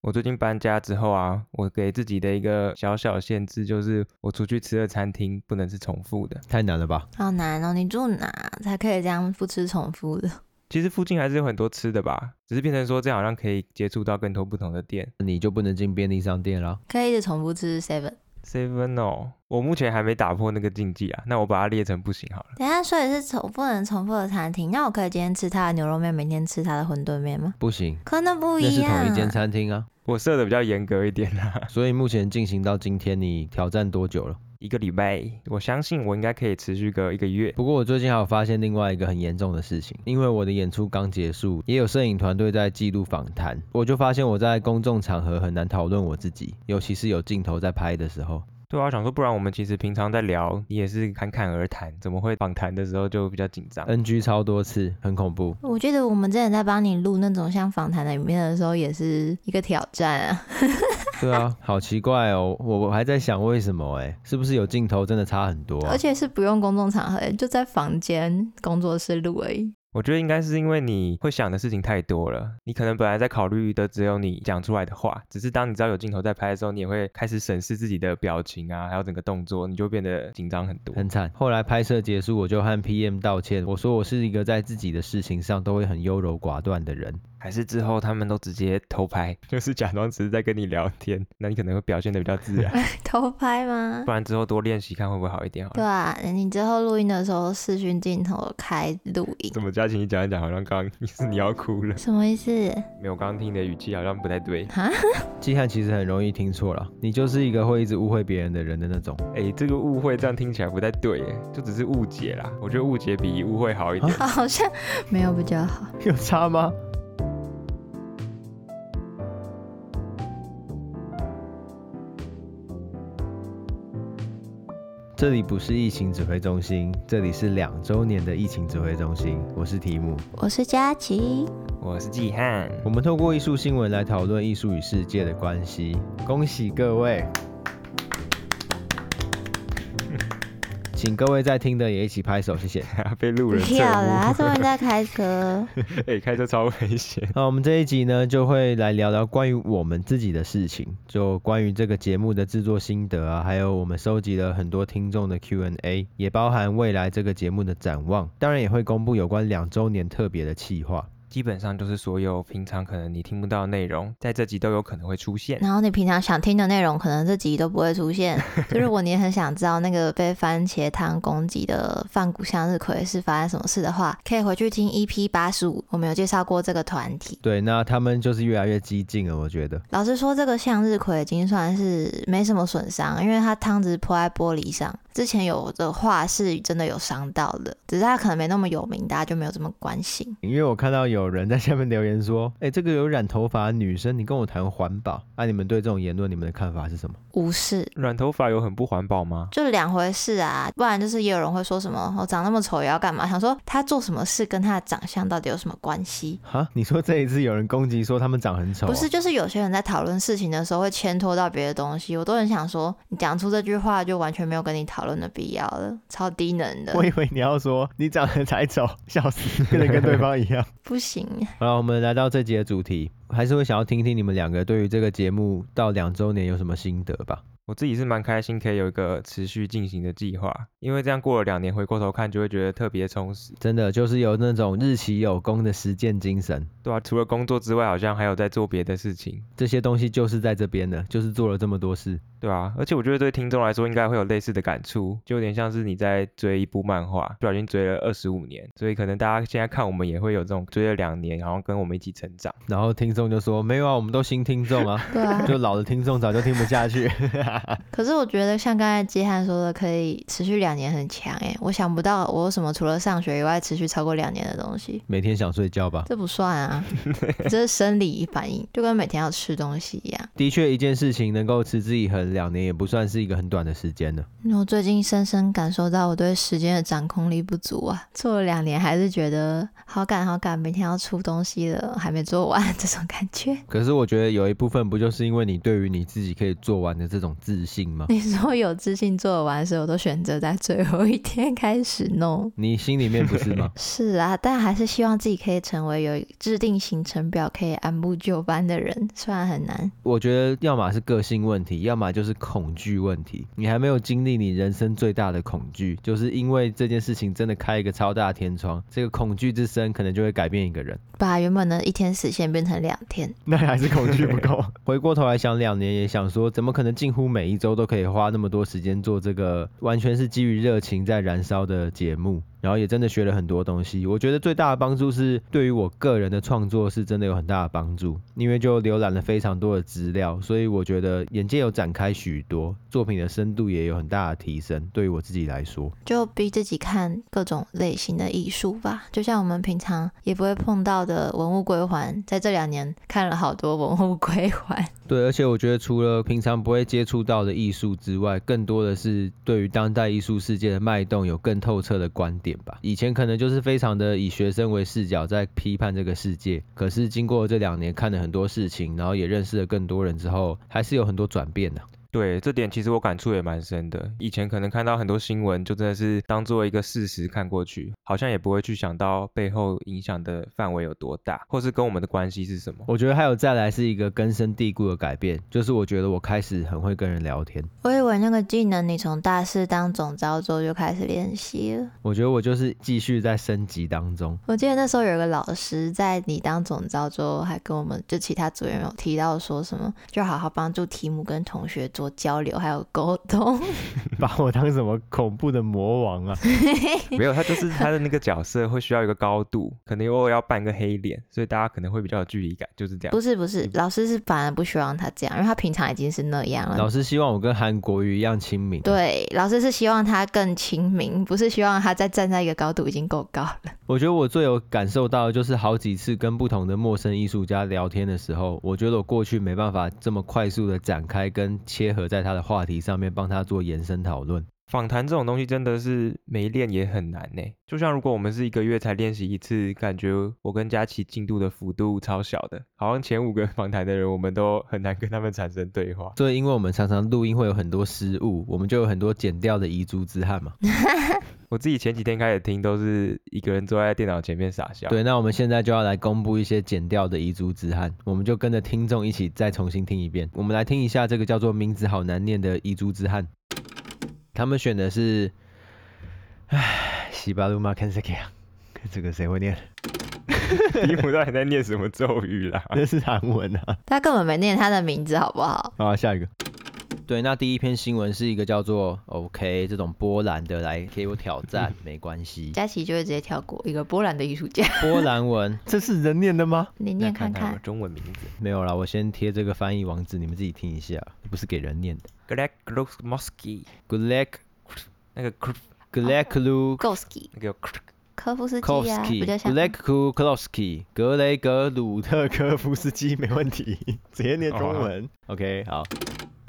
我最近搬家之后啊，我给自己的一个小小限制就是，我出去吃的餐厅不能是重复的。太难了吧？好难哦！你住哪才可以这样不吃重复的？ 其实附近还是有很多吃的吧，只是变成说这样好像可以接触到更多不同的店。你就不能进便利商店啦？可以一直重复吃 seven。 Seven 哦，我目前还没打破那个禁忌啊，那我把它列成不行好了。等一下，所以是重不能重复的餐厅。那我可以今天吃他的牛肉面，明天吃他的馄饨面吗？不行，可能不那一是样。同一间餐 厅啊。我设的比较严格一点啊啦、所以目前进行到今天，你挑战多久了？ 一个礼拜，我相信我应该可以持续个一个月。不过我最近还有发现另外一个很严重的事情，因为我的演出刚结束，也有摄影团队在记录访谈，我就发现我在公众场合很难讨论我自己，尤其是有镜头在拍的时候。对啊，我想说，不然我们其实平常在聊，你也是侃侃而谈，怎么会访谈的时候就比较紧张？ NG 超多次，很恐怖。我记得我们之前在帮你录那种像访谈的影片的时候，也是一个挑战啊。对啊，好奇怪哦，我我还在想为什么哎、是不是有镜头真的差很多、啊而？且是不用公众场合，就在房间工作室录而已。 我觉得应该是因为你会想的事情太多了，你可能本来在考虑的只有你讲出来的话，只是当你知道有镜头在拍的时候，你也会开始审视自己的表情啊，还有整个动作，你就变得紧张很多。很惨。后来拍摄结束，我就和 PM 道歉，我说我是一个在自己的事情上都会很优柔寡断的人。还是之后他们都直接偷拍， 就是假装只是在跟你聊天，那你可能会表现的比较自 然。偷拍吗不？然之后多练习看会不会好一点好对了。啊，你之后录音的时候视讯镜头开录音， 怎么佳琪你讲一讲，好像刚刚 是你要哭了？什么意思？没有，我刚刚听你的语气好像不太对。哈？ 季汉其实很容易听错了，你就是一个会一直误会别人的人的那种。 哎，这个误会这样听起来不太对，哎，就只是误解啦。我觉得误解比误会好一点。好像没有比较好。有差吗？这里不是疫情指挥中心，这里是两周年的疫情指挥中心。我是提姆，我是佳琪，我是季汉，我们透过艺术新闻来讨论艺术与世界的关系。恭喜各位！请各位在听的也一起拍手，谢谢。被路不人侧 要啊啦，他目，终于在开车。 哎、开车超危险。那我们这一集呢，就会来聊聊关于我们自己的事情，就关于这个节目的制作心得啊，还有我们收集了很多听众的 Q&A，也包含未来这个节目的展望，当然也会公布有关两周年特别的企划。基本上就是所有平常可能你听不到的内容，在这集都有可能会出现。然后你平常想听的内容，可能这集都不会出现。就如果你很想知道那个被番茄汤攻击的范谷向日葵是发生什么事的话，可以回去听 EP 八十五，我们有介绍过这个团体。对，那他们就是越来越激进了，我觉得。老实说，这个向日葵已经算是没什么损伤，因为它汤汁泼在玻璃上。之前有的话是真的有伤到的，只是它可能没那么有名，大家就没有这么关心。因为我看到有人在下面留言说，哎、这个有染头发的女生，你跟我谈环保，那、你们对这种言论，你们的看法是什么？无视 染头发有很不环保吗？就两回事啊，不然就是也有人会说什么我、哦长那么丑也要干嘛？想说他做什么事跟他的长相到底有什么关系？哈，你说这一次有人攻击说他们长很丑、哦不是，，就是有些人在讨论事情的时候会牵拖到别的东西，我都很想说，你讲出这句话就完全没有跟你讨论的必要了，超低能的我，以为你要说你长得才丑，笑死，变得跟对方一样。 不行。好了，我们来到这集的主题，还是会想要听听你们两个对于这个节目到两周年有什么心得吧。我自己是蛮开心，可以有一个持续进行的计划，因为这样过了两年，回过头看就会觉得特别充实，真的就是有那种日期有功的实践精神，对啊，除了工作之外，好像还有在做别的事情，这些东西就是在这边的，就是做了这么多事。对啊，而且我觉得对听众来说应该会有类似的感触，就有点像是你在追一部漫画，不小心追了二十五年，所以可能大家现在看我们也会有这种追了两年，然后跟我们一起成长。然后听众就说：“没有啊，我们都新听众啊，对啊，就老的听众早就听不下去。可是我觉得像刚才基汉说的，可以持续两年很强哎，我想不到我有什么除了上学以外持续超过两年的东西”，每天想睡觉吧。这不算啊，这是生理反应，就跟每天要吃东西一样。的确，一件事情能够持之以恒两年，也不算是一个很短的时间了。我最近深深感受到我对时间的掌控力不足啊，做了两年还是觉得好赶好赶，每天要出东西了还没做完 这种感觉。可是我觉得有一部分不就是因为你对于你自己可以做完的这种自信吗？你说有自信做完，所以我都选择在最后一天开始弄。？你心里面不是吗 是啊，但还是希望自己可以成为有制定行程表、可以按部就班的人，虽然很难。我觉得要么是个性问题，要么就是恐惧问题。你还没有经历你人生最大的恐惧，就是因为这件事情真的开一个超大的天窗，这个恐惧之深可能就会改变一个人。把原本的一天时限变成两天，那还是恐惧不够。 回过头来想，两年也想说，怎么可能近乎每一周都可以花那么多时间做这个完全是基于热情在燃烧的节目？然后也真的学了很多东西。我觉得最大的帮助是对于我个人的创作是真的有很大的帮助，因为就浏览了非常多的资料，所以我觉得眼界有展开许多，作品的深度也有很大的提升。对于我自己来说，就逼自己看各种类型的艺术吧。就像我们平常也不会碰到的文物归还，在这两年看了好多文物归还。对，而且我觉得除了平常不会接触到的艺术之外，更多的是对于当代艺术世界的脉动有更透彻的观点吧。以前可能就是非常的以学生为视角在批判这个世界，可是经过这两年看了很多事情，然后也认识了更多人之后，还是有很多转变的、对，这点其实我感触也蛮深的。以前可能看到很多新闻，就真的是当做一个事实看过去，好像也不会去想到背后影响的范围有多大，或是跟我们的关系是什么。我觉得还有再来是一个根深蒂固的改变，就是我觉得我开始很会跟人聊天。 我以为那个技能你从大四当总招之后就开始练习了。我觉得我就是继续在升级当中。 我记得那时候有一个老师在你当总招之后，还跟我们就其他组员有提到说什么，就好好帮助题目跟同学做交流还有沟通。 把我当什么恐怖的魔王啊？没有，他就是他的那个角色会需要一个高度，可能偶尔要扮个黑脸，所以大家可能会比较有距离感，就是这样不。是不是，老师是反而不希望他这样，因为他平常已经是那样了老。师希望我跟韩国瑜一样亲民。嗯对，老师是希望他更亲民，不是希望他再站在一个高度已经够高了。我觉得我最有感受到的就是好几次跟不同的陌生艺术家聊天的时候，我觉得我过去没办法这么快速的展开跟切合在他的话题上面，帮他做延伸讨论。访谈这种东西真的是没练也很难呢。就像如果我们是一个月才练习一次，感觉我跟佳琪进度的幅度超小的，好像前五个访谈的人，我们都很难跟他们产生对话。所以，因为我们常常录音会有很多失误，我们就有很多剪掉的遗珠之憾嘛。我自己前几天开始听，都是一个人坐在电脑前面傻笑。 对，那我们现在就要来公布一些剪掉的遗珠之憾，我们就跟着听众一起再重新听一遍。我们来听一下这个叫做“名字好难念”的遗珠之憾，他们选的是，唉，西巴鲁马看谁给啊？这个谁会念？听不到你在念什么咒语 啦。那是韩文啊。 他根本没念他的名字，好不好？好，下一个。对，那第一篇新闻是一个叫做 “OK” 这种波兰的来给我挑 战，没关系。佳琪就会直接跳过一个波兰的艺术 家，波兰文，这是人念的吗？你那念看看有没看有。中文名字没有啦，我先贴这个翻译网址，你们自己听一下，不是给人念的。 ，Greg g r o s m o s k y Glek 那个 Gr Gleklu Gosky 那个 Gr- 科夫斯 k o 基 s 啊， k i 比较像 Gleklu k o s k i 格雷格鲁特科夫斯基，没问题， 直接念中文。OK，好，哦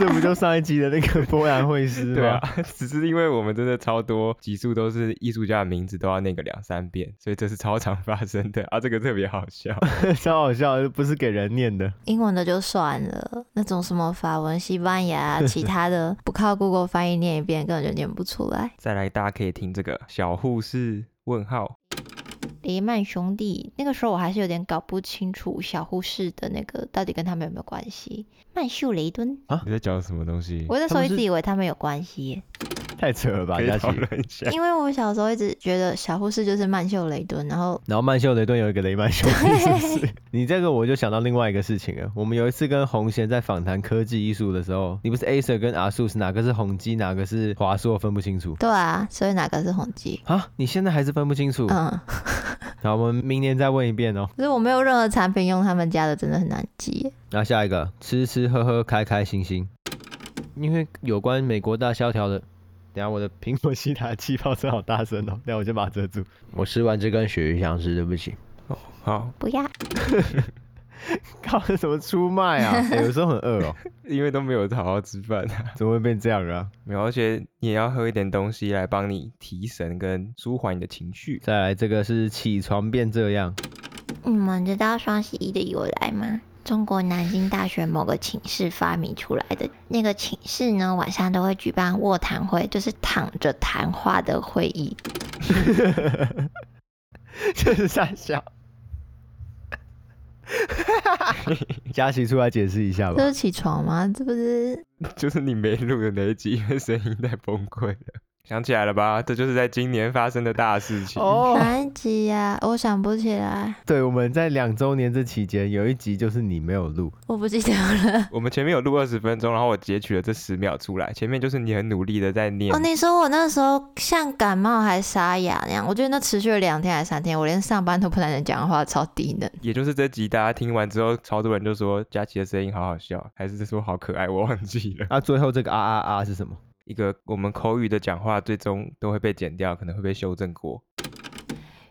这不就上一集的那个波兰会师吗？对啊，只是因为我们真的超多集数都是艺术家的名字都要念个两三遍，所以这是超常发生的啊，这个特别好 笑。 超好笑，不是给人念的。英文的就算了，那种什么法文、西班牙 啊、其他的，不靠 Google 翻译念一遍，根本就念不出来。再来，大家可以听这个小护士问号，雷曼兄弟那个时候我还是有点搞不清楚小护士的那个到底跟他们有没有关系。曼秀雷敦，你在讲什么东西？我那时候他们一是直以为他们有关系耶，太扯了吧，可以佳琪讨。论一 下。因为我小时候一直觉得小护士就是曼秀雷敦，然后然后曼秀雷顿有一个雷曼兄弟， 是不 是？你这个我就想到另外一个事情了。我们有一次跟红贤在访谈科技艺术的时候，你不是 Acer 跟 ASUS 哪个是宏基，哪个是华硕，分不清楚对啊，所以哪个是宏基？啊？你现在还是分不清楚？嗯，好，我们明年再问一遍哦。可是我没有任何产品用他们家的，真的很难记耶。那下一个，吃吃喝喝，开开心心。因为有关美国大萧条的，等下我的苹果西打气泡声好大声哦，等下我先把它遮住。我吃完这根鳕鱼想吃，对不起。哦好，不要，靠，什么出卖 啊？欸有时候很饿哦，因为都没有好好吃饭啊，怎么会变这样啊？没有，而且你也要喝一点东西来帮你提神跟舒缓你的情绪。 再来，这个是起床变这样。你们知道双十一的由来吗？中国南京大学某个寝室发明出来的。那个寝室呢，晚上都会举办卧谈会，就是躺着谈话的会议。这是三 小。佳琪出来解释一下吧 这。是起床吗？这不是就是你没录的那一集，因为声音太崩溃了。想起来了吧？这就是在今年发生的大事情。哦，哪一集呀、我想不起来，对，我们在两周年这期间有一集就是你没有录，我不记得了。我们前面有录二十分钟，然后我截取了这十秒出来。前面就是你很努力的在念哦，，你说我那时候像感冒还沙哑那样，我觉得那持续了两天还是三天，我连上班都不太能讲话，超低能。也就是这集大家听完之后，超多人就说佳琪的声音好好笑，还是说好可爱，我忘记了。啊，最后这个啊啊啊是什么？一个我们口语的讲话，最终都会被剪掉，可能会被修正过。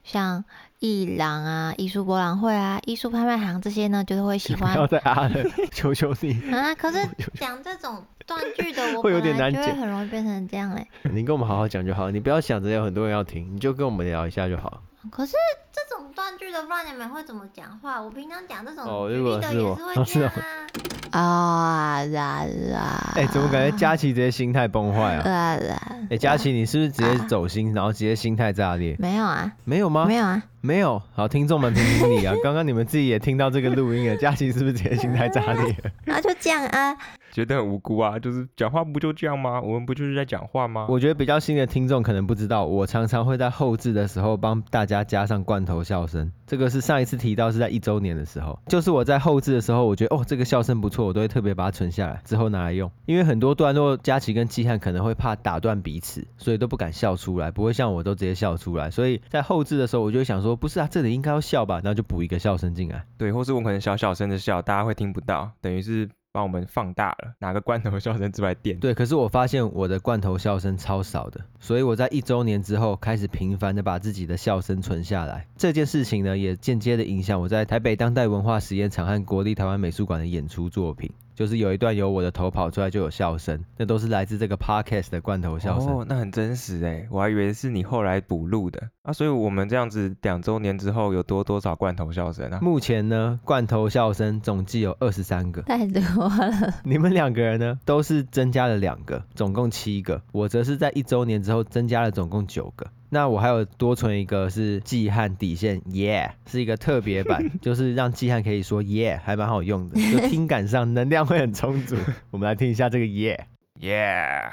像艺廊啊、艺术博览会啊、艺术拍卖行这些呢，就是会喜不 欢要再啊了，求求你！啊。可是讲这种断句的，我 会有本点来难就会剪很容易变成这样哎、你跟我们好好讲就好，你不要想着有很多人要听，你就跟我们聊一下就好。可是这种断句的，不然你们会怎么讲话？我平常讲这种哦举如果例的是我也是哦会是这哦 样啊。啊啦啦！哎、怎么感觉佳琪直接心态崩坏啊？啦啦？哎、佳琪，你是不是直接走心，然后直接心态炸裂？没有啊，没有吗？没有啊，没有。好，听众们评评理啊！刚刚你们自己也听到这个录音了，佳琪是不是直接心态炸裂？那就这样啊。觉得很无辜啊，就是讲话不就这样吗？我们不就是在讲话吗？我觉得比较新的听众可能不知道，我常常会在后置的时候帮大家加上罐头笑声。这个是上一次提到是在一周年的时候，就是我在后置的时候，我觉得哦这个笑声不错，我都会特别把它存下来，之后拿来用。因为很多段落，佳琪跟季汉可能会怕打断彼此，所以都不敢笑出来，不会像我都直接笑出来。所以在后置的时候，我就会想说，不是啊，这里应该要笑吧，然后就补一个笑声进来。对，或是我可能小小声的笑，大家会听不到，等于是把我们放大了，拿个罐头笑声出来垫。对，可是我发现我的罐头笑声超少的，所以我在一周年之后开始频繁的把自己的笑声存下来。这件事情呢，也间接的影响我在台北当代文化实验场和国立台湾美术馆的演出作品。就是有一段有我的头跑出来就有笑声，那都是来自这个 podcast 的罐头笑声。哦，那很真实哎，我还以为是你后来补录的啊，所以我们这样子两周年之后有多多少罐头笑声啊？目前呢，罐头笑声总计有二十三个。太多了，你们两个人呢，都是增加了两个，总共七个。我则是在一周年之后增加了总共九个。那我还有多存一个是季汉底线耶是一个特别版， 就是让季汉可以说耶还蛮好用的，就听感上能量会很充足。我们来听一下这个耶耶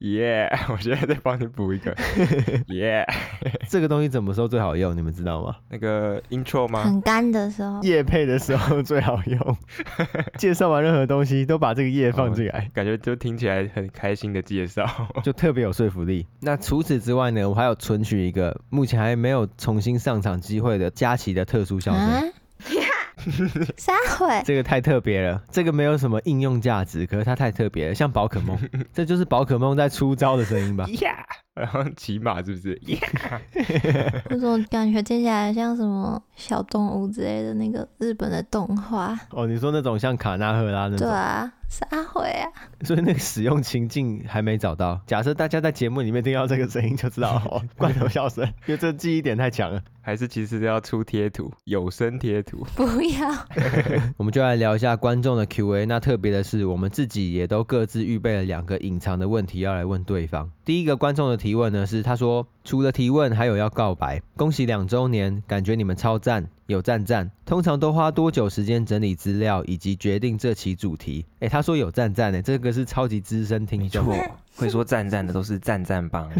耶， 我现在再帮你补一 个耶这个东西什么时候最好用？你们知道吗？那个 intro 吗？很干的时候， 夜配的时候最好用。 介绍完任何东西都把这个夜放进来。感觉就听起来很开心的介绍。 就特别有说服力。那除此之外呢，我还有存取一个目前还没有重新上场机会的佳琪的特殊笑声。啊， 撒会这个太特别了，这个没有什么应用价值，可是它太特别了，像宝可 梦，这就是宝可梦在出招的声音吧？呀，然后骑马是不是？耶、我总感觉听起来像什么小动物之类的那个日本的动画。哦，你说那种像卡纳赫拉那对种，啊，撒会啊，所以那个使用情境还没找到。假设大家在节目里面听到这个声音就知道， 哦，罐头笑声，因为这记忆点太强了。还是其实要出贴图，有声贴图。 不要。我们就来聊一下观众的 Q&A。那特别的是，我们自己也都各自预备了两个隐藏的问题要来问对方。第一个观众的提问呢是，他说除了提问，还有要告白，恭喜两周年，感觉你们超赞，有赞赞。通常都花多久时间整理资料以及决定这期主题？诶，他说有赞赞呢，这个是超级资深听众。会说赞赞的都是赞赞帮。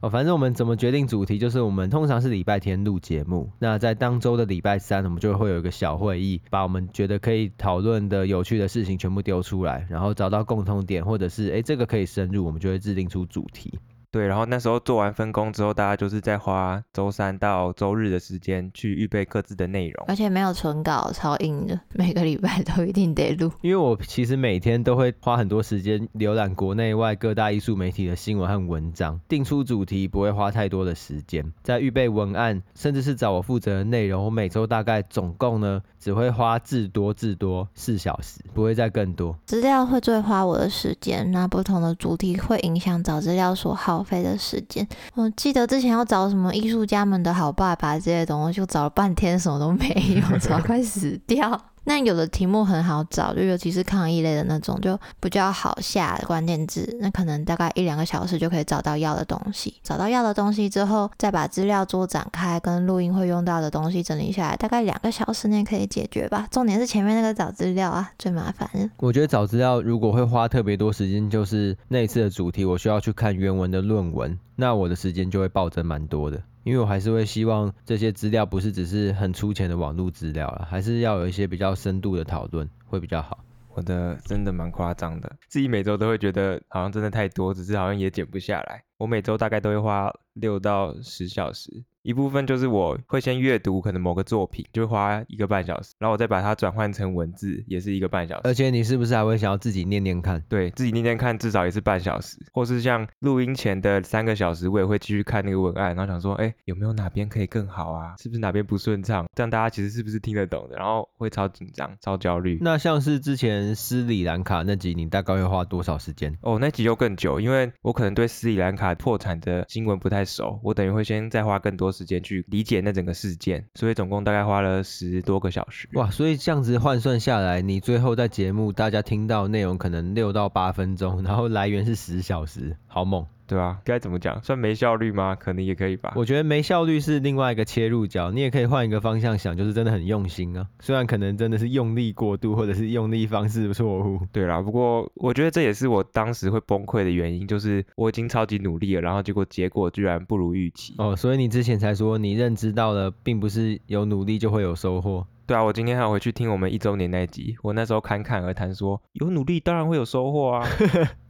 哦，反正我们怎么决定主题，就是我们通常是礼拜天录节目，那在当周的礼拜三，我们就会有一个小会议，把我们觉得可以讨论的有趣的事情全部丢出来，然后找到共通点，或者是诶这个可以深入，我们就会制定出主题。对，然后那时候做完分工之后，大家就是在花周三到周日的时间去预备各自的内容。而且没有存稿，超硬的，每个礼拜都一定得录。因为我其实每天都会花很多时间浏览国内外各大艺术媒体的新闻和文章，定出主题不会花太多的时间，在预备文案，甚至是找我负责的内容，我每周大概总共呢只会花至多至多四小时，不会再更多。资料会最花我的时间，那不同的主题会影响找资料所耗费的时间。我记得之前要找什么艺术家们的好爸爸这些东西，就找了半天，什么都没有，找快死掉。那有的题目很好找，就尤其是抗议类的那种，就比较好下关键字。那可能大概一两个小时就可以找到要的东西。找到要的东西之后，再把资料做展开，跟录音会用到的东西整理下来，大概两个小时内可以解决吧。重点是前面那个找资料啊，最麻烦了。我觉得找资料如果会花特别多时间，就是那一次的主题，我需要去看原文的论文，那我的时间就会暴增蛮多的。因为我还是会希望这些资料不是只是很粗浅的网络资料啊了，还是要有一些比较深度的讨论会比较好。我的真的蛮夸张的，自己每周都会觉得好像真的太多，只是好像也减不下来。我每周大概都会花六到十小时，一部分就是我会先阅读可能某个作品，就会花一个半小时，然后我再把它转换成文字，也是一个半小时。而且你是不是还会想要自己念念看？对自己那天看至少也是半小时，或是像录音前的三个小时，我也会继续看那个文案，然后想说，哎，有没有哪边可以更好啊？是不是哪边不顺畅？这样大家其实是不是听得懂的？然后会超紧张、超焦虑。那像是之前斯里兰卡那集，你大概会花多少时间？哦，那集又更久，因为我可能对斯里兰卡破产的新闻不太熟，我等于会先再花更多时间去理解那整个事件，所以总共大概花了十多个小时。哇，所以这样子换算下来，你最后在节目大家听到内容可能六到八分钟，然后来源是十小时，好猛！对啊，该怎么讲？算没效率吗？可能也可以吧。我觉得没效率是另外一个切入角，你也可以换一个方向想，就是真的很用心啊。虽然可能真的是用力过度，或者是用力方式错误。对啦，不过我觉得这也是我当时会崩溃的原因，就是我已经超级努力了，然后结果结果居然不如预期。哦，所以你之前才说你认知到了，并不是有努力就会有收获。对啊，我今天还有回去听我们一周年那一集，我那时候侃侃而谈说，有努力当然会有收获 啊。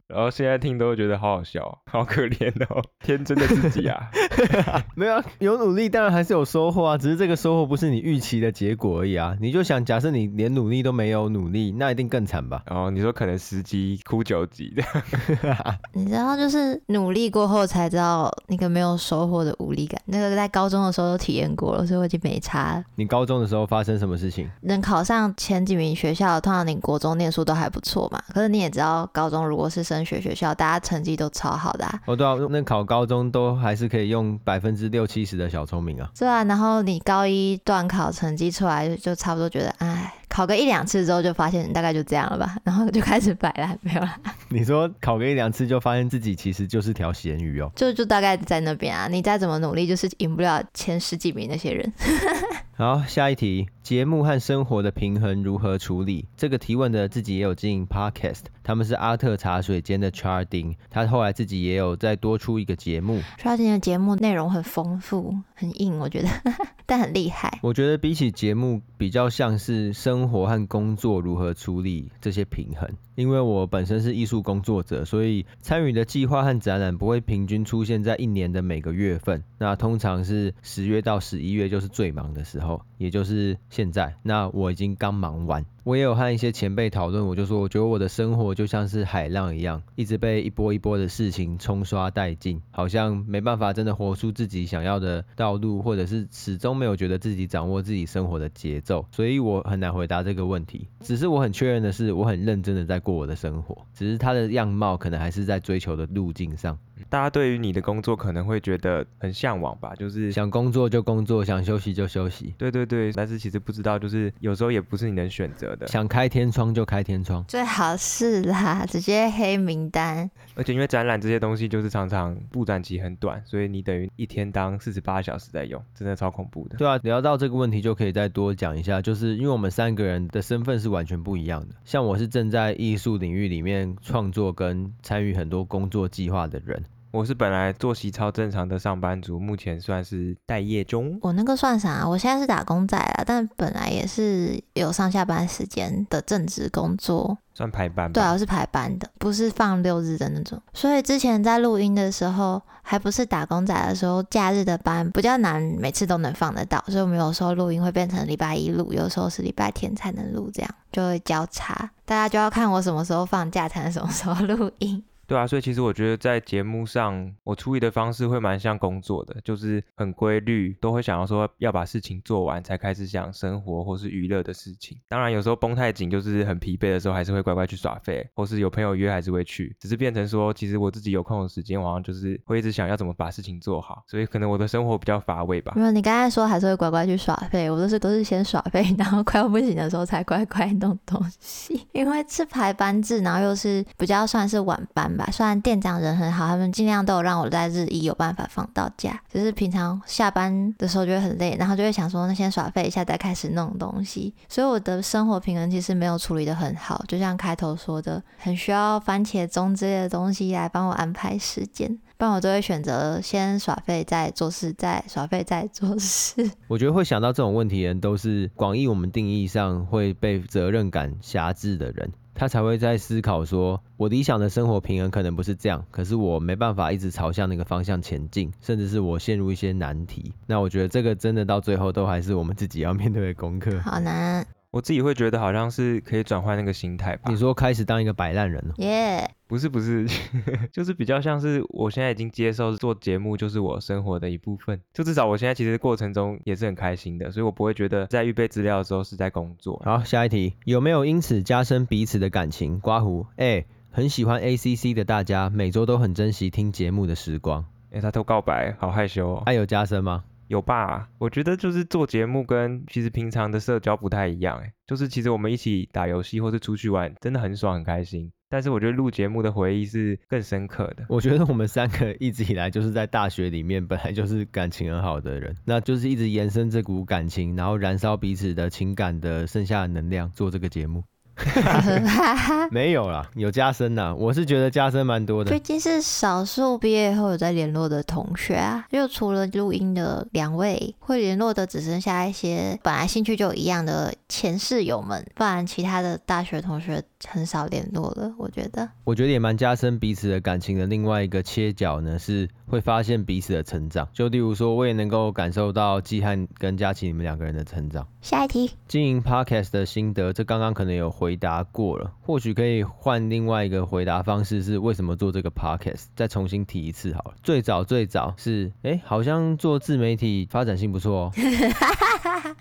然后现在听都觉得好好笑，好可怜哦， 天真的自己啊。没有啊有努力，当然还是有收获啊，只是这个收获不是你预期的结果而已啊。你就想，假设你连努力都没有努力，那一定更惨吧？ 然后你说可能十级哭九级的， 你知道，就是努力过后才知道那个没有收获的无力感。那个在高中的时候都体验过了，所以我已经没差了。你高中的时候发生什么事情？能考上前几名学校，通常你国中念书都还不错嘛。可是你也知道，高中如果是升学学校，大家成绩都超好的、啊。哦，对啊，那考高中都还是可以用百分之六七十的小聪明啊。对啊，然后你高一段考成绩出来，就就差不多觉得，哎，考个一两次之后就发现大概就这样了吧，然后就开始摆烂，没有啦，你说考个一两次就发现自己其实就是条咸鱼哦。就就大概在那边啊。你再怎么努力，就是赢不了前十几名那些人。好，下一题，节目和生活的平衡如何处理？这个提问的自己也有经营 podcast，他们是阿特茶水间的 Charding，他后来自己也有再多出一个节目。刷新的节目内容很丰富，很硬，我觉得， 但很厉害。我觉得比起节目，比较像是生活和工作如何处理这些平衡。因为我本身是艺术工作者，所以参与的计划和展览不会平均出现在一年的每个月份。那通常是十月到十一月就是最忙的时候，也就是现在。那我已经刚忙完，我也有和一些前辈讨论，我就说，我觉得我的生活就像是海浪一样，一直被一波一波的事情冲刷殆尽，好像没办法真的活出自己想要的道路，或者是始终没有觉得自己掌握自己生活的节奏，所以我很难回答这个问题。只是我很确认的是，我很认真的在过我的生活，只是它的样貌可能还是在追求的路径上，大家对于你的工作可能会觉得很向往吧，就是想工作就工作，想休息就休息，对对对，但是其实不知道，就是有时候也不是你能选择的，想开天窗就开天窗。最好是啦，直接黑名单。而且因为展览这些东西就是常常布展期很短，所以你等于一天当四十八小时在用，真的超恐怖的。对啊，聊到这个问题就可以再多讲一下，就是因为我们三个人的身份是完全不一样的。像我是正在艺术领域里面创作跟参与很多工作计划的人，我是本来作息超正常的上班族，目前算是待业中。我那个算啥？啊我现在是打工仔啦，但本来也是有上下班时间的正职工作。算排班吧，对啊，我是排班的，不是放六日的那种。所以之前在录音的时候，还不是打工仔的时候，假日的班比较难，每次都能放得到。所以我们有时候录音会变成礼拜一录，有时候是礼拜天才能录，这样就会交叉。大家就要看我什么时候放假，才能什么时候录音。对对啊，所以其实我觉得在节目上，我处理的方式会蛮像工作的，就是很规律，都会想要说要把事情做完，才开始想生活或是娱乐的事情。当然，有时候绷太紧，就是很疲惫的时候，还是会乖乖去耍废，或是有朋友约还是会去，只是变成说，其实我自己有空的时间，我好像就是会一直想要怎么把事情做好，所以可能我的生活比较乏味吧没。有，你刚才说还是会乖乖去耍废，我都是都是先耍废，然后快要不行的时候才乖乖弄东西。 因为是排班制，然后又是比较算是晚班吧。虽然店长人很好，他们尽量都有让我在日一有办法放到假，只是平常下班的时候就会很累，然后就会想说那先耍废一下再开始弄东西。所以我的生活平衡其实没有处理的很好，就像开头说的，很需要番茄钟之类的东西来帮我安排时间。不然我都会选择先耍废再做事，再耍废再做事。我觉得会想到这种问题的人，都是广义我们定义上会被责任感辖制的人，他才会在思考说，我理想的生活平衡可能不是这样，可是我没办法一直朝向那个方向前进，甚至是我陷入一些难题。那我觉得这个真的到最后都还是我们自己要面对的功 课。好难我自己会觉得好像是可以转换那个心态吧。你说开始当一个摆烂人了，哦耶 不是不是， 就是比较像是我现在已经接受做节目就是我生活的一部分，就至少我现在其实过程中也是很开心的，所以我不会觉得在预备资料的时候是在工作。好，下一题，有没有因此加深彼此的感情？刮胡，哎、很喜欢 ACC 的大家，每周都很珍惜听节目的时光。哎、他偷告白，好害羞哦。还、有加深吗？有吧？我觉得就是做节目跟其实平常的社交不太一样，哎，就是其实我们一起打游戏或是出去玩，真的很爽很开心。但是我觉得录节目的回忆是更深刻的。我觉得我们三个一直以来就是在大学里面本来就是感情很好的人，那就是一直延伸这股感情，然后燃烧彼此的情感的剩下的能量做这个节目。没有啦，有加深啦，我是觉得加深蛮多的毕。竟是少数毕业后有在联络的同学啊，就除了录音的两位，会联络的只剩下一些本来兴趣就一样的前室友们，不然其他的大学同学很少联络了。我觉得我觉得也蛮加深彼此的感情的另外一个切角呢，是会发现彼此的成长。就例如说，我也能够感受到季汉跟佳琪你们两个人的成长。下一题，经营 podcast 的心得，这刚刚可能有回答过了，或许可以换另外一个回答方式，是为什么做这个 podcast？再重新提一次好了。最早最早是，哎，好像做自媒体发展性不错哦，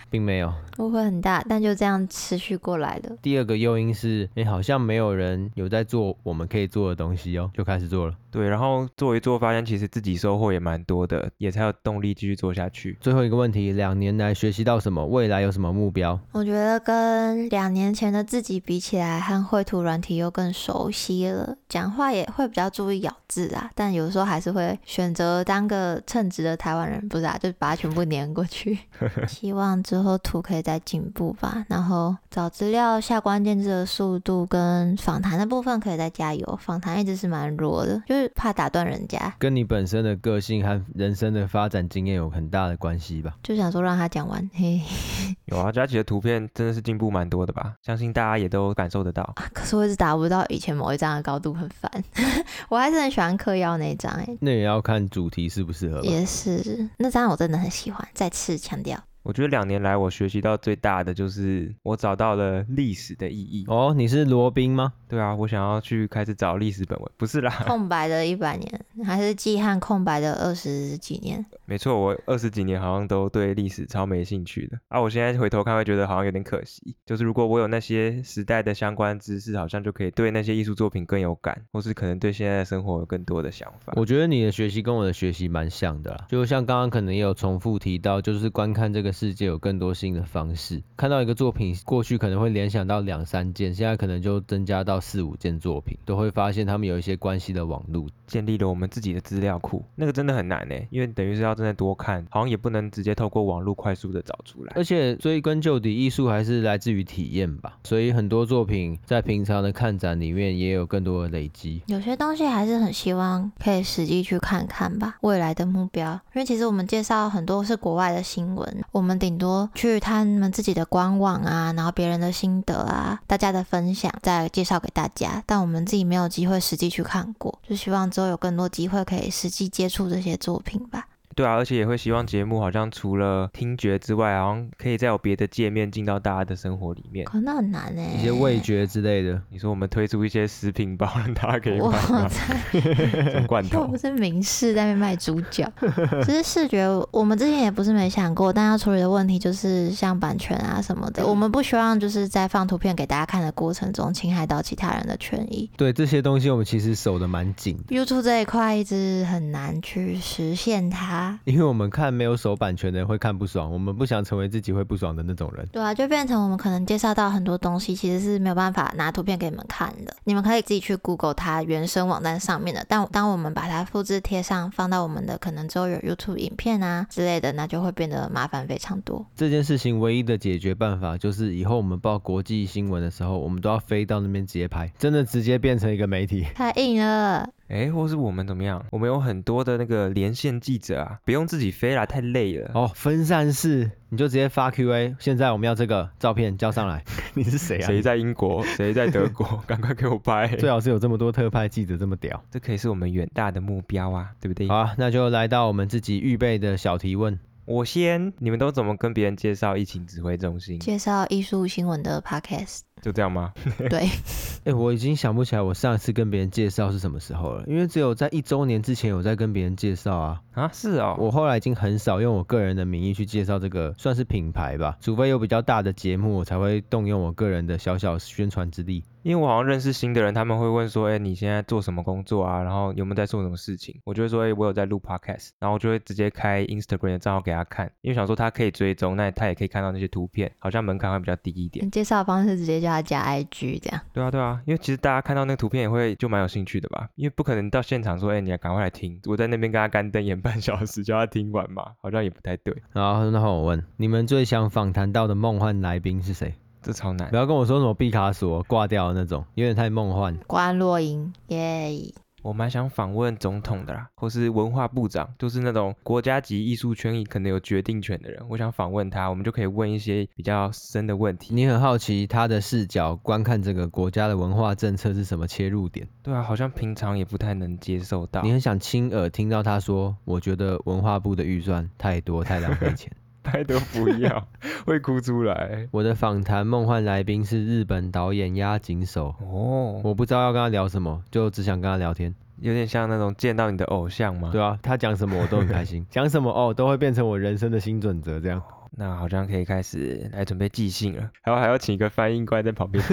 并没有。误会很大，但就这样持续过来的。第二个诱因是，哎，好像没有人有在做我们可以做的东西哦，就开始做了。对，然后做一做，发现其实自己收获也蛮多的，也才有动力继续做下去。最后一个问题，两年来学习到什么？未来有什么目标？我觉得跟两年前的自己比起来，和绘图软体又更熟悉了，讲话也会比较注意咬字啊。但有时候还是会选择当个称职的台湾人，不是啊，就把它全部粘过去。希望之后图可以再进步吧，然后找资料、下关键字的速度跟访谈的部分可以再加油。访谈一直是蛮弱的，就是怕打断人家，跟你本身的个性和人生的发展经验有很大的关系吧。就想说让他讲完。嘿嘿， 有啊，佳琪的图片真的是进步蛮多的吧？相信大家也都感受得到。啊可是我一直达不到以前某一张的高度，很烦。 我还是很喜欢嗑药那一张、欸，那也要看主题适不适合吧。也是，那张我真的很喜欢，再次强 调。我觉得两年来我学习到最大的就是我找到了历史的意义。哦，你是罗宾吗？对啊，我想要去开始找历史本文，不是啦， 空白的一百年，还是季汉空白的二十几年，没错，我二十几年好像都对历史超没兴趣的啊。我现在回头看会觉得好像有点可惜，就是如果我有那些时代的相关知识，好像就可以对那些艺术作品更有感，或是可能对现在的生活有更多的想法。我觉得你的学习跟我的学习蛮像的啦，就像刚刚可能也有重复提到，就是观看这个世界有更多新的方式。看到一个作品，过去可能会联想到两三件，现在可能就增加到四五件作品，都会发现他们有一些关系的网路。建立了我们自己的资料库，那个真的很难呢，因为等于是要真的多看，好像也不能直接透过网络快速的找出来。而且追根究底，艺术还是来自于体验吧，所以很多作品在平常的看展里面也有更多的累积。有些东西还是很希望可以实际去看看吧。未来的目标，因为其实我们介绍很多是国外的新闻，我们顶多去他们自己的官网啊，然后别人的心得啊，大家的分享再介绍给大家，但我们自己没有机会实际去看过，就希望之后有更多机会可以实际接触这些作品吧。对啊，而且也会希望节目好像除了听觉之外，好像可以再有别的界面进到大家的生活里面。可那很难哎、一些味觉之类的。你说我们推出一些食品包，让大家可以买啊我 吗？在这种罐 又头不，是明示在那边卖猪脚，其实视觉我们之前也不是没想过，但要处理的问题就是像版权啊什么的，我们不希望就是在放图片给大家看的过程中侵害到其他人的权益。对这些东西，我们其实守的蛮紧的， YouTube 这一块一直很难去实现它，因为我们看没有守版权的人会看不爽，我们不想成为自己会不爽的那种人。对啊，就变成我们可能介绍到很多东西，其实是没有办法拿图片给你们看的。你们可以自己去 Google 它原生网站上面的，但当我们把它复制贴上，放到我们的可能之后有 YouTube 影片啊之类的，那就会变得麻烦非常多。这件事情唯一的解决办法就是，以后我们报国际新闻的时候，我们都要飞到那边直接拍，真的直接变成一个媒体。太硬了，哎，或是我们怎么样？我们有很多的那个连线记者啊，不用自己飞啦，太累了。哦，分散式，你就直接发 Q&A。现在我们要这个照片交上来， 你是谁啊？啊谁在英国？谁在德国？ 赶快给我拍！最好是有这么多特派记者这么屌。这可以是我们远大的目标啊，对不对？好、啊，那就来到我们自己预备的小提问。我先，你们都怎么跟别人介绍疫情指挥中心？介绍艺术新闻的 Podcast，就这样吗？对，哎、我已经想不起来我上一次跟别人介绍是什么时候了，因为只有在一周年之前有在跟别人介绍啊。啊，是哦，我后来已经很少用我个人的名义去介绍这个算是品牌吧，除非有比较大的节目，我才会动用我个人的小小宣传之力。因为我好像认识新的人，他们会问说，哎，你现在做什么工作啊？然后有没有在做什么事情？我就会说，哎，我有在录 podcast，然后我就会直接开 Instagram 的账号给他看，因为想说他可以追踪，那他也可以看到那些图片，好像门槛会比较低一点。你介绍的方式直接叫他加 IG 这样。对啊，对啊，因为其实大家看到那个图片也会就蛮有兴趣的吧，因为不可能到现场说，哎、你要赶快来听，我在那边跟他干瞪眼半小时，叫他听完嘛，好像也不太对，然后，那换我问，你们最想访谈到的梦幻来宾是谁？这超难不。要跟我说什么毕卡索挂掉的那种，有点太梦幻。关洛英，耶！我蛮想访问总统的啦，或是文化部长，就是那种国家级艺术圈可能有决定权的人，我想访问他，我们就可以问一些比较深的问题。你很好奇他的视角观看这个国家的文化政策是什么切入点，对啊，好像平常也不太能接受到你。很想亲耳听到他说：“我觉得文化部的预算太多，太浪费 钱。拜托不要， 会哭出来”。我的访谈梦幻来宾是日本导演押井守，哦，我不知道要跟他聊什么，就只想跟他聊天。有点像那种见到你的偶像嘛。对啊，他讲什么我都很开 心，讲什么哦都会变成我人生的新准则。这样，那好像可以开始来准备寄信了，还有还要请一个翻译官在旁边。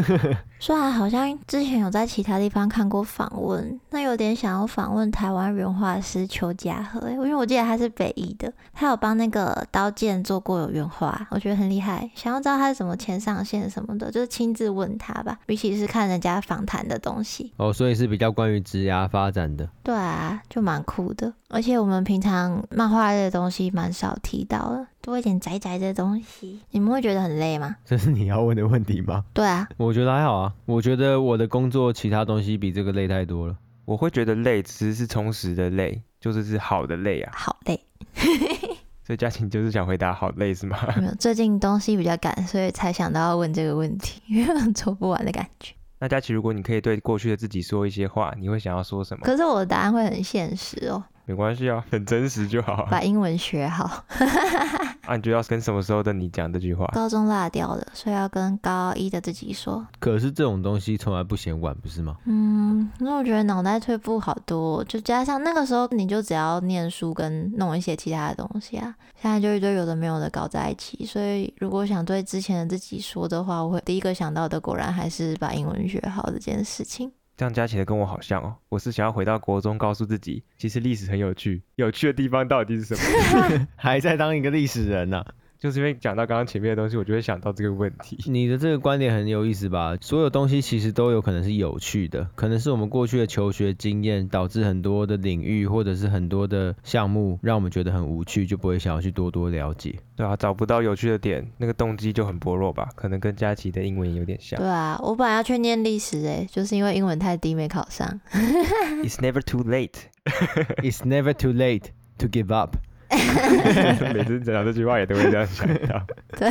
虽然好像之前有在其他地方看过访问，那有点想要访问台湾原画师邱家和、欸因为我记得他是北艺的，他有帮那个《刀剑》做过原画，我觉得很厉害。想要知道他是怎么前上线什么的，就是亲自问他吧，比起是看人家访谈的东西。哦，所以是比较关于职涯发展的。对啊，就蛮酷的。而且我们平常漫画类的东西蛮少提到的，多一点宅宅的东西，你们会觉得很累吗？这是你要问的问题吗？对啊，我觉得还好啊，我觉得我的工作其他东西比这个累太多了。 我会觉得累，其实是充实的累，就是是好的累啊。好累。 所以嘉晴就是想回答好累是吗？没有，最近东西比较赶，所以才想到要问这个问题， 因为做不完的感觉。那佳琪，如果你可以对过去的自己说一些话，你会想要说什么？可是我的答案会很现实哦，没关系啊，很真实就好啊。把英文学好， 啊，你就要跟什么时候的你讲这句话？高中落掉了，所以要跟高一的自己说，可是这种东西从来不嫌晚，不是吗？嗯，因为我觉得脑袋退步好多，就加上那个时候你就只要念书跟弄一些其他的东西啊，现在就一堆有的没有的搞在一起，所以如果想对之前的自己说的话，我会第一个想到的果然还是把英文学好这件事情。这样佳琪的跟我好像哦，我是想要回到国中，告诉自己，其实历史很有趣，有趣的地方到底是什么？ 还在当一个历史人啊呢、就是因为讲到刚刚前面的东西，我就会想到这个问题。你的这个观点很有意思吧？所有东西其实都有可能是有趣的，可能是我们过去的求学经验导致很多的领域或者是很多的项目让我们觉得很无趣，就不会想要去多多了 解。对啊，找不到有趣的点，那个动机就很薄弱吧？可能跟佳琪的英文也有点像。对啊，我本来要去念历史诶、就是因为英文太低没考上。 It's never too late 。 It's never too late to give up。每次讲这句话也都会这样想 到。对，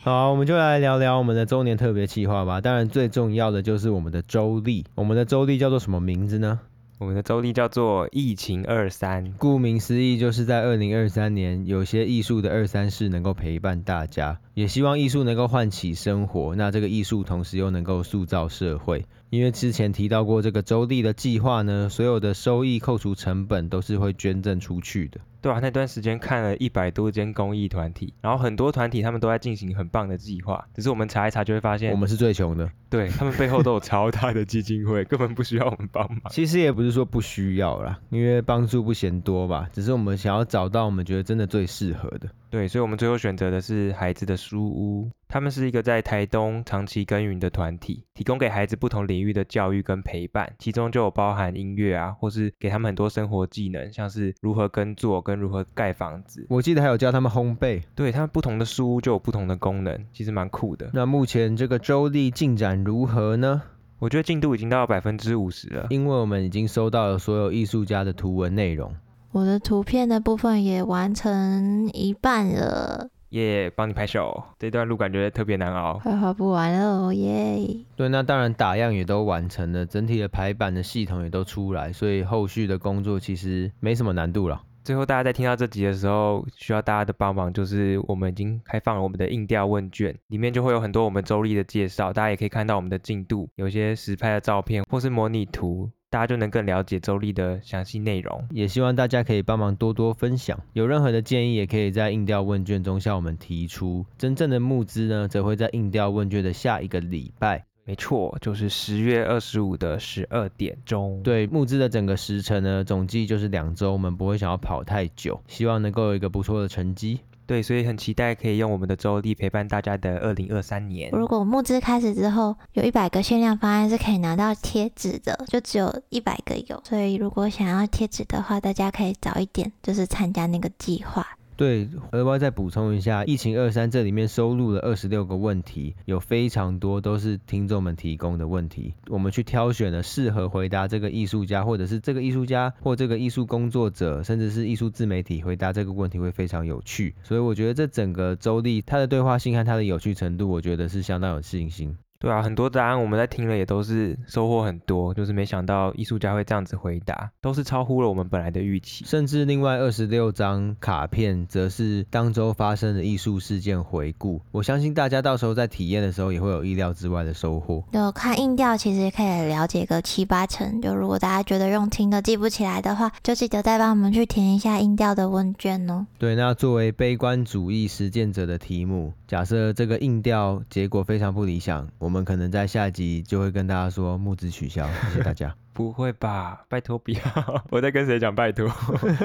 好，我们就来聊聊我们的周年特别企划吧。当然，最重要的就是我们的周历。我们的周历叫做什么名字呢？我们的周历叫做疫情二三，顾名思义，就是在二零二三年，有些艺术的二三事能够陪伴大家，也希望艺术能够唤起生活。那这个艺术同时又能够塑造社会，因为之前提到过这个周历的计划呢，所有的收益扣除成本都是会捐赠出去的。对啊，那段时间看了一百多间公益团体，然后很多团体他们都在进行很棒的计划，只是我们查一查就会发现，我们是最穷的，对他们背后都有超大的基金会，根本不需要我们帮忙。其实也不是说不需要啦，因为帮助不嫌多吧，只是我们想要找到我们觉得真的最适合的。对，所以我们最后选择的是孩子的书屋，他们是一个在台东长期耕耘的团体，提供给孩子不同领域的教育跟陪伴，其中就有包含音乐啊，或是给他们很多生活技能，像是如何耕作跟如何盖房子。我记得还有教他们烘焙。对，他们不同的书屋就有不同的功能，其实蛮酷的。那目前这个周历进展如何呢？我觉得进度已经到百分之五十了。因为我们已经收到了所有艺术家的图文内容。我的图片的部分也完成一半了，耶、帮你拍手，这段路感觉特别难熬。快画不完了哦，耶、对，那当然打样也都完成了，整体的排版的系统也都出来，所以后续的工作其实没什么难度了。最后大家在听到这集的时候，需要大家的帮忙，就是我们已经开放了我们的硬调问卷，里面就会有很多我们周历的介绍，大家也可以看到我们的进度，有一些实拍的照片或是模拟图，大家就能更了解周历的详细内容。也希望大家可以帮忙多多分享，有任何的建议也可以在硬调问卷中向我们提出。真正的募资呢，则会在硬调问卷的下一个礼拜。没错，就是十月二十五的十二点钟。，对，募资的整个时程呢，总计就是两周，我们不会想要跑太久，希望能够有一个不错的成绩。对，所以很期待可以用我们的周历陪伴大家的二零二三年。如果募资开始之后，有一百个限量方案是可以拿到贴纸的，就只有一百个有。所以如果想要贴纸的话，大家可以早一点，就是参加那个计划。对，额外再补充一下，疫情二三这里面收录了二十六个问题，有非常多都是听众们提供的问题，我们去挑选了适合回答这个艺术家，或者是这个艺术家或这个艺术工作者，甚至是艺术自媒体回答这个问题会非常有趣。所以我觉得这整个周历它的对话性和它的有趣程度，我觉得是相当有信心。对啊，很多答案我们在听了也都是收获很多，就是没想到艺术家会这样子回答，都是超乎了我们本来的预期。甚至另外二十六张卡片，则是当周发生的艺术事件回顾。我相信大家到时候在体验的时候，也会有意料之外的收获。就看硬调，其实可以了解个七八成。就如果大家觉得用听的记不起来的话，就记得再帮我们去填一下硬调的问卷哦。对，那作为悲观主义实践者的题目，假设这个硬调结果非常不理想，我们可能在下集就会跟大家说募资取消，谢谢大家。不会吧？拜托不要！ 我在跟谁讲拜托？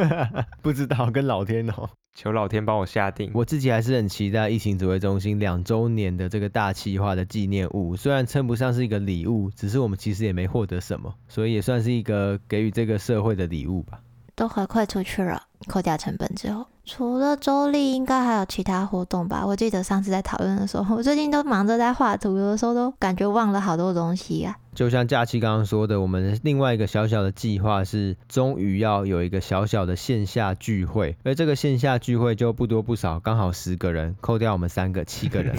不知道跟老天哦，求老天帮我下定。 我自己还是很期待疫情指挥中心两周年的这个大企划的纪念物，虽然称不上是一个礼物，只是我们其实也没获得什么，所以也算是一个给予这个社会的礼物吧。都回馈出去了，扣掉成本之后，除了周历，应该还有其他活动吧？我记得上次在讨论的时候，我最近都忙着在画图，有的时候都感觉忘了好多东西啊。就像假期刚刚说的，我们另外一个小小的计划是，终于要有一个小小的线下聚会，而这个线下聚会就不多不少，刚好十个人，扣掉我们三个，七个人，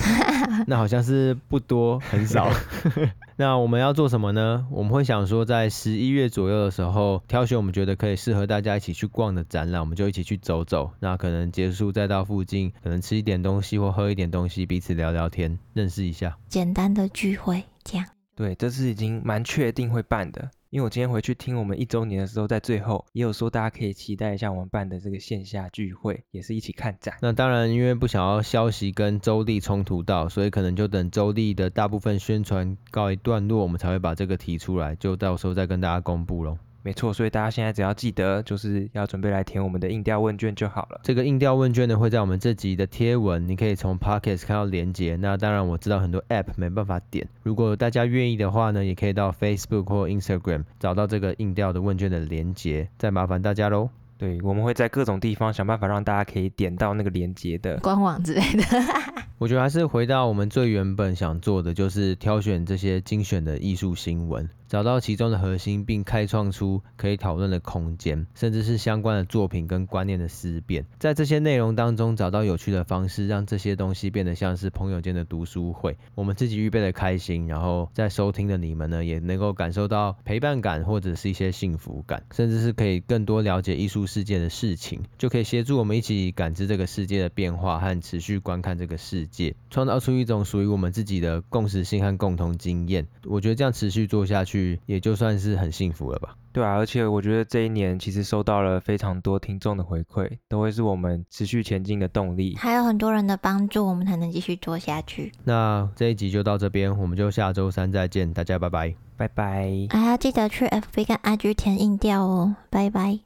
那好像是不多很少。那我们要做什么呢？我们会想说，在十一月左右的时候，挑选我们觉得可以适合大家一起去逛的展览，我们就一起去走走。那可能结束再到附近，可能吃一点东西或喝一点东西，彼此聊聊天，认识一下。简单的聚会，这样对，这次已经蛮确定会办的，因为我今天回去听我们一周年的时候，在最后也有说大家可以期待一下我们办的这个线下聚会，也是一起看展。那当然，因为不想要消息跟周历冲突到，所以可能就等周历的大部分宣传告一段落，我们才会把这个提出来，就到时候再跟大家公布咯。没错，所以大家现在只要记得，就是要准备来填我们的硬调问卷就好了。这个硬调问卷呢，会在我们这集的贴文，你可以从 Pocket 看到连接。那当然，我知道很多 App 没办法点，如果大家愿意的话呢，也可以到 Facebook 或 Instagram 找到这个硬调的问卷的连接，再麻烦大家喽。对，我们会在各种地方想办法让大家可以点到那个连接的。 官网之类的，我觉得还是回到我们最原本想做的，就是挑选这些精选的艺术新闻，找到其中的核心，并开创出可以讨论的空间，甚至是相关的作品跟观念的思辨。在这些内容当中找到有趣的方式，让这些东西变得像是朋友间的读书会，我们自己预备的开心，然后哦在收听的你们呢，也能够感受到陪伴感或者是一些幸福感，甚至是可以更多了解艺术世界的事情，就可以协助我们一起感知这个世界的变化和持续观看这个世界，创造出一种属于我们自己的共识性和共同经验。我觉得这样持续做下去，也就算是很幸福了吧。对啊，而且我觉得这一年其实收到了非常多听众的回馈，都会是我们持续前进的动力。还有很多人的帮助，我们才能继续做下去。那这一集就到这边，我们就下周三再见，大家拜拜。拜拜。啊，记得去 FB 跟 IG 填硬调哦，拜拜。